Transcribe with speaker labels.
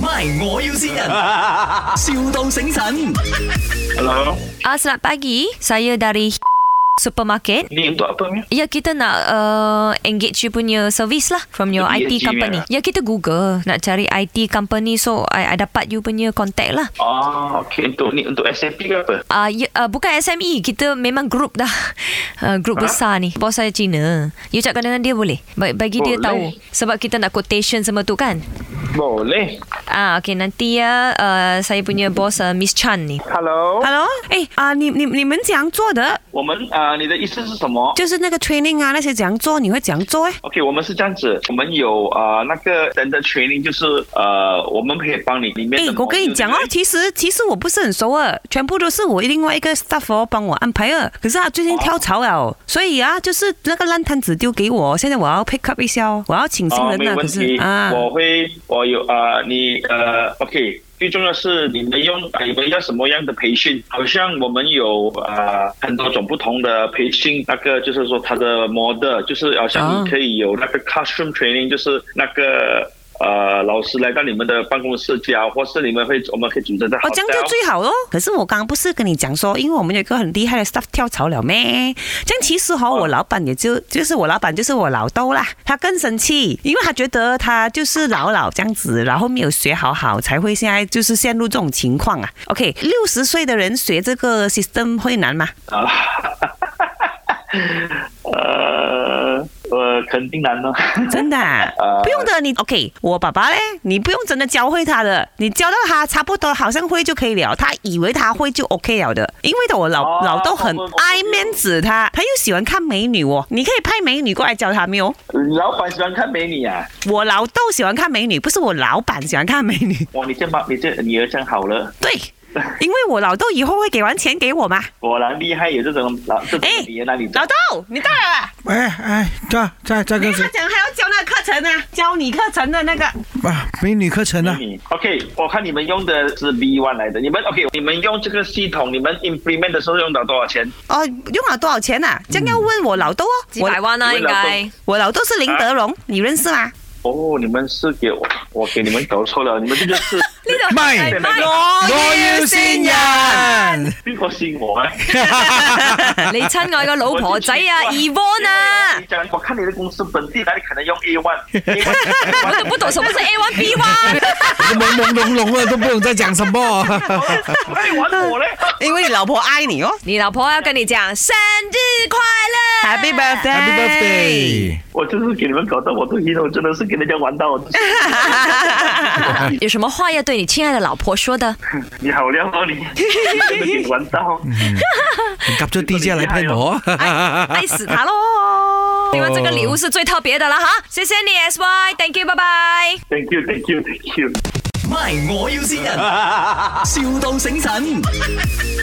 Speaker 1: MY，我要先人， 笑到醒神。
Speaker 2: Hello,
Speaker 3: Ah, selamat pagi. Saya dari supermarket.
Speaker 2: ni untuk apa ni?
Speaker 3: Ya, kita nak uh, engage you punya service lah from your
Speaker 2: Jadi
Speaker 3: IT
Speaker 2: engineer
Speaker 3: company.
Speaker 2: lah.
Speaker 3: Ya, kita Google nak cari IT company so I, I dapat you punya contact lah.
Speaker 2: Ah, okey untuk ni untuk SAP ke apa?
Speaker 3: Ah, ya, ah, bukan SME, kita memang group dah. Uh, group
Speaker 2: Ha?
Speaker 3: besar ni. Bos saya Cina. You cakap dengan dia boleh? Ba- Bagi dia
Speaker 2: Boleh.
Speaker 3: tahu sebab kita nak quotation semua tu kan.
Speaker 2: Boleh.
Speaker 3: Ah, okay nanti ya uh, saya punya bos uh, Miss Chan ni.
Speaker 2: Hello，
Speaker 4: Hello，哎啊、你你你们怎样做的？
Speaker 2: 我们啊、呃你的意思是什么？
Speaker 4: 就是那个 training 啊，那些怎样做？你会怎样做？哎，
Speaker 2: OK，我们是这样子，我们有啊、Ah, 呃那个人的 training，就是 ah, 呃，我们可以帮你里面
Speaker 4: 哎
Speaker 2: 的。，
Speaker 4: 我跟你讲哦，其实其实我不是很熟啊，全部都是我另外一个 staff 哦帮我安排啊。可是啊，最近跳槽
Speaker 2: 哦
Speaker 4: 了，所以啊，就是那个烂摊子丢给我，现在我要 pick up 一下哦，我要请新
Speaker 2: 哦，
Speaker 4: 人
Speaker 2: 没
Speaker 4: 啊。
Speaker 2: 问
Speaker 4: 可
Speaker 2: 题，
Speaker 4: 是啊，
Speaker 2: 我会，我有啊、呃你呃，OK。最重要是你们用啊你们要什么样的培训？好像我们有呃很多种不同的培训，那个就是说它的 model，就是好像
Speaker 4: 哦
Speaker 2: 你可以有那个 classroom training，就是那个呃老师来到你们的办公室教，或是你们会我们可以组织在
Speaker 4: 哦，这样就
Speaker 2: hotel
Speaker 4: 最好咯。可是我刚刚不是跟你讲说，因为我们有一个很厉害的 staff 跳槽了咩？这样其实哈、我老板也就就是我老板就是我老豆啦，他更生气，因为他觉得他就是老老这样子，然后没有学好好，才会现在就是陷入这种情况啊。OK，六十岁的人学这个 system 会难吗？
Speaker 2: 啊。 呃呃，肯定难呢。
Speaker 4: 真的、啊
Speaker 2: 呃，
Speaker 4: 不用的。你 OK，我爸爸嘞，你不用真的教会他的，你教到他差不多，好像会就可以了。他以为他会就 OK 了的，因为的我老、
Speaker 2: 哦
Speaker 4: 老豆很
Speaker 2: 我我
Speaker 4: 爱面子他，他又喜欢看美女哦。你可以派美女过来教他没有？
Speaker 2: 老板喜欢看美女啊。
Speaker 4: 我老豆喜欢看美女，不是我老板喜欢看美女。
Speaker 2: 哇，你这妈，你这女儿真好了，
Speaker 4: 对，因为我老豆以后会给完钱给我嘛。
Speaker 2: 果然厉害，有这种老这种
Speaker 4: 哎
Speaker 2: 女儿那里
Speaker 4: 老豆，你到了啊。
Speaker 5: 喂，哎，这这这
Speaker 4: 因
Speaker 5: 个
Speaker 4: 为他
Speaker 5: 是
Speaker 4: 讲他要教那个课程啊，教你课程的那个。
Speaker 5: 啊，美女课程呢、
Speaker 2: 你嗯 OK，我看你们用的是 B one 来的，你们 OK，你们用这个系统，你们 implement 的时候用到多少钱？
Speaker 4: 哦，用了多少钱啊？这样要问我老豆哦。
Speaker 3: 几
Speaker 4: 我
Speaker 3: 百万啊，
Speaker 2: 我
Speaker 3: 应该。
Speaker 4: 我老豆是林德荣，你认识吗？
Speaker 2: 哦，你们是给我，我给你们搞错了，你们这个 是
Speaker 5: 卖
Speaker 2: 哎卖
Speaker 4: 我
Speaker 5: 我要先人，
Speaker 2: 这个是我啊，
Speaker 3: 你親愛嘅老婆仔啊
Speaker 2: 我就奇怪
Speaker 3: ，Evon 啊
Speaker 2: 你，讲，我看你的公司本地来可能用 A one，A
Speaker 3: 我
Speaker 2: one，
Speaker 3: 都 不懂什么是 A one B one。
Speaker 5: 我朦朦胧胧了，都不懂在讲什么。
Speaker 2: 哎，玩我嘞。
Speaker 4: 因为你老婆爱你哦。
Speaker 3: 你老婆要跟你讲生日快乐
Speaker 4: Happy birthday！
Speaker 5: Happy birthday！
Speaker 2: 我就是给你们搞到我都晕了，我真的是给人家玩到我都。
Speaker 3: 有什么话要对你亲爱的老婆说的？
Speaker 2: 你好亮哦，你真的给你玩到。
Speaker 5: 你夹咗啲啫，你 plan 我。
Speaker 3: 爱死他 喽！因为这个礼物是最特别的了哈，谢谢你 S Y，Thank you，拜拜。
Speaker 2: Thank you, thank you, thank you.
Speaker 1: MY，我要先人，笑到醒神。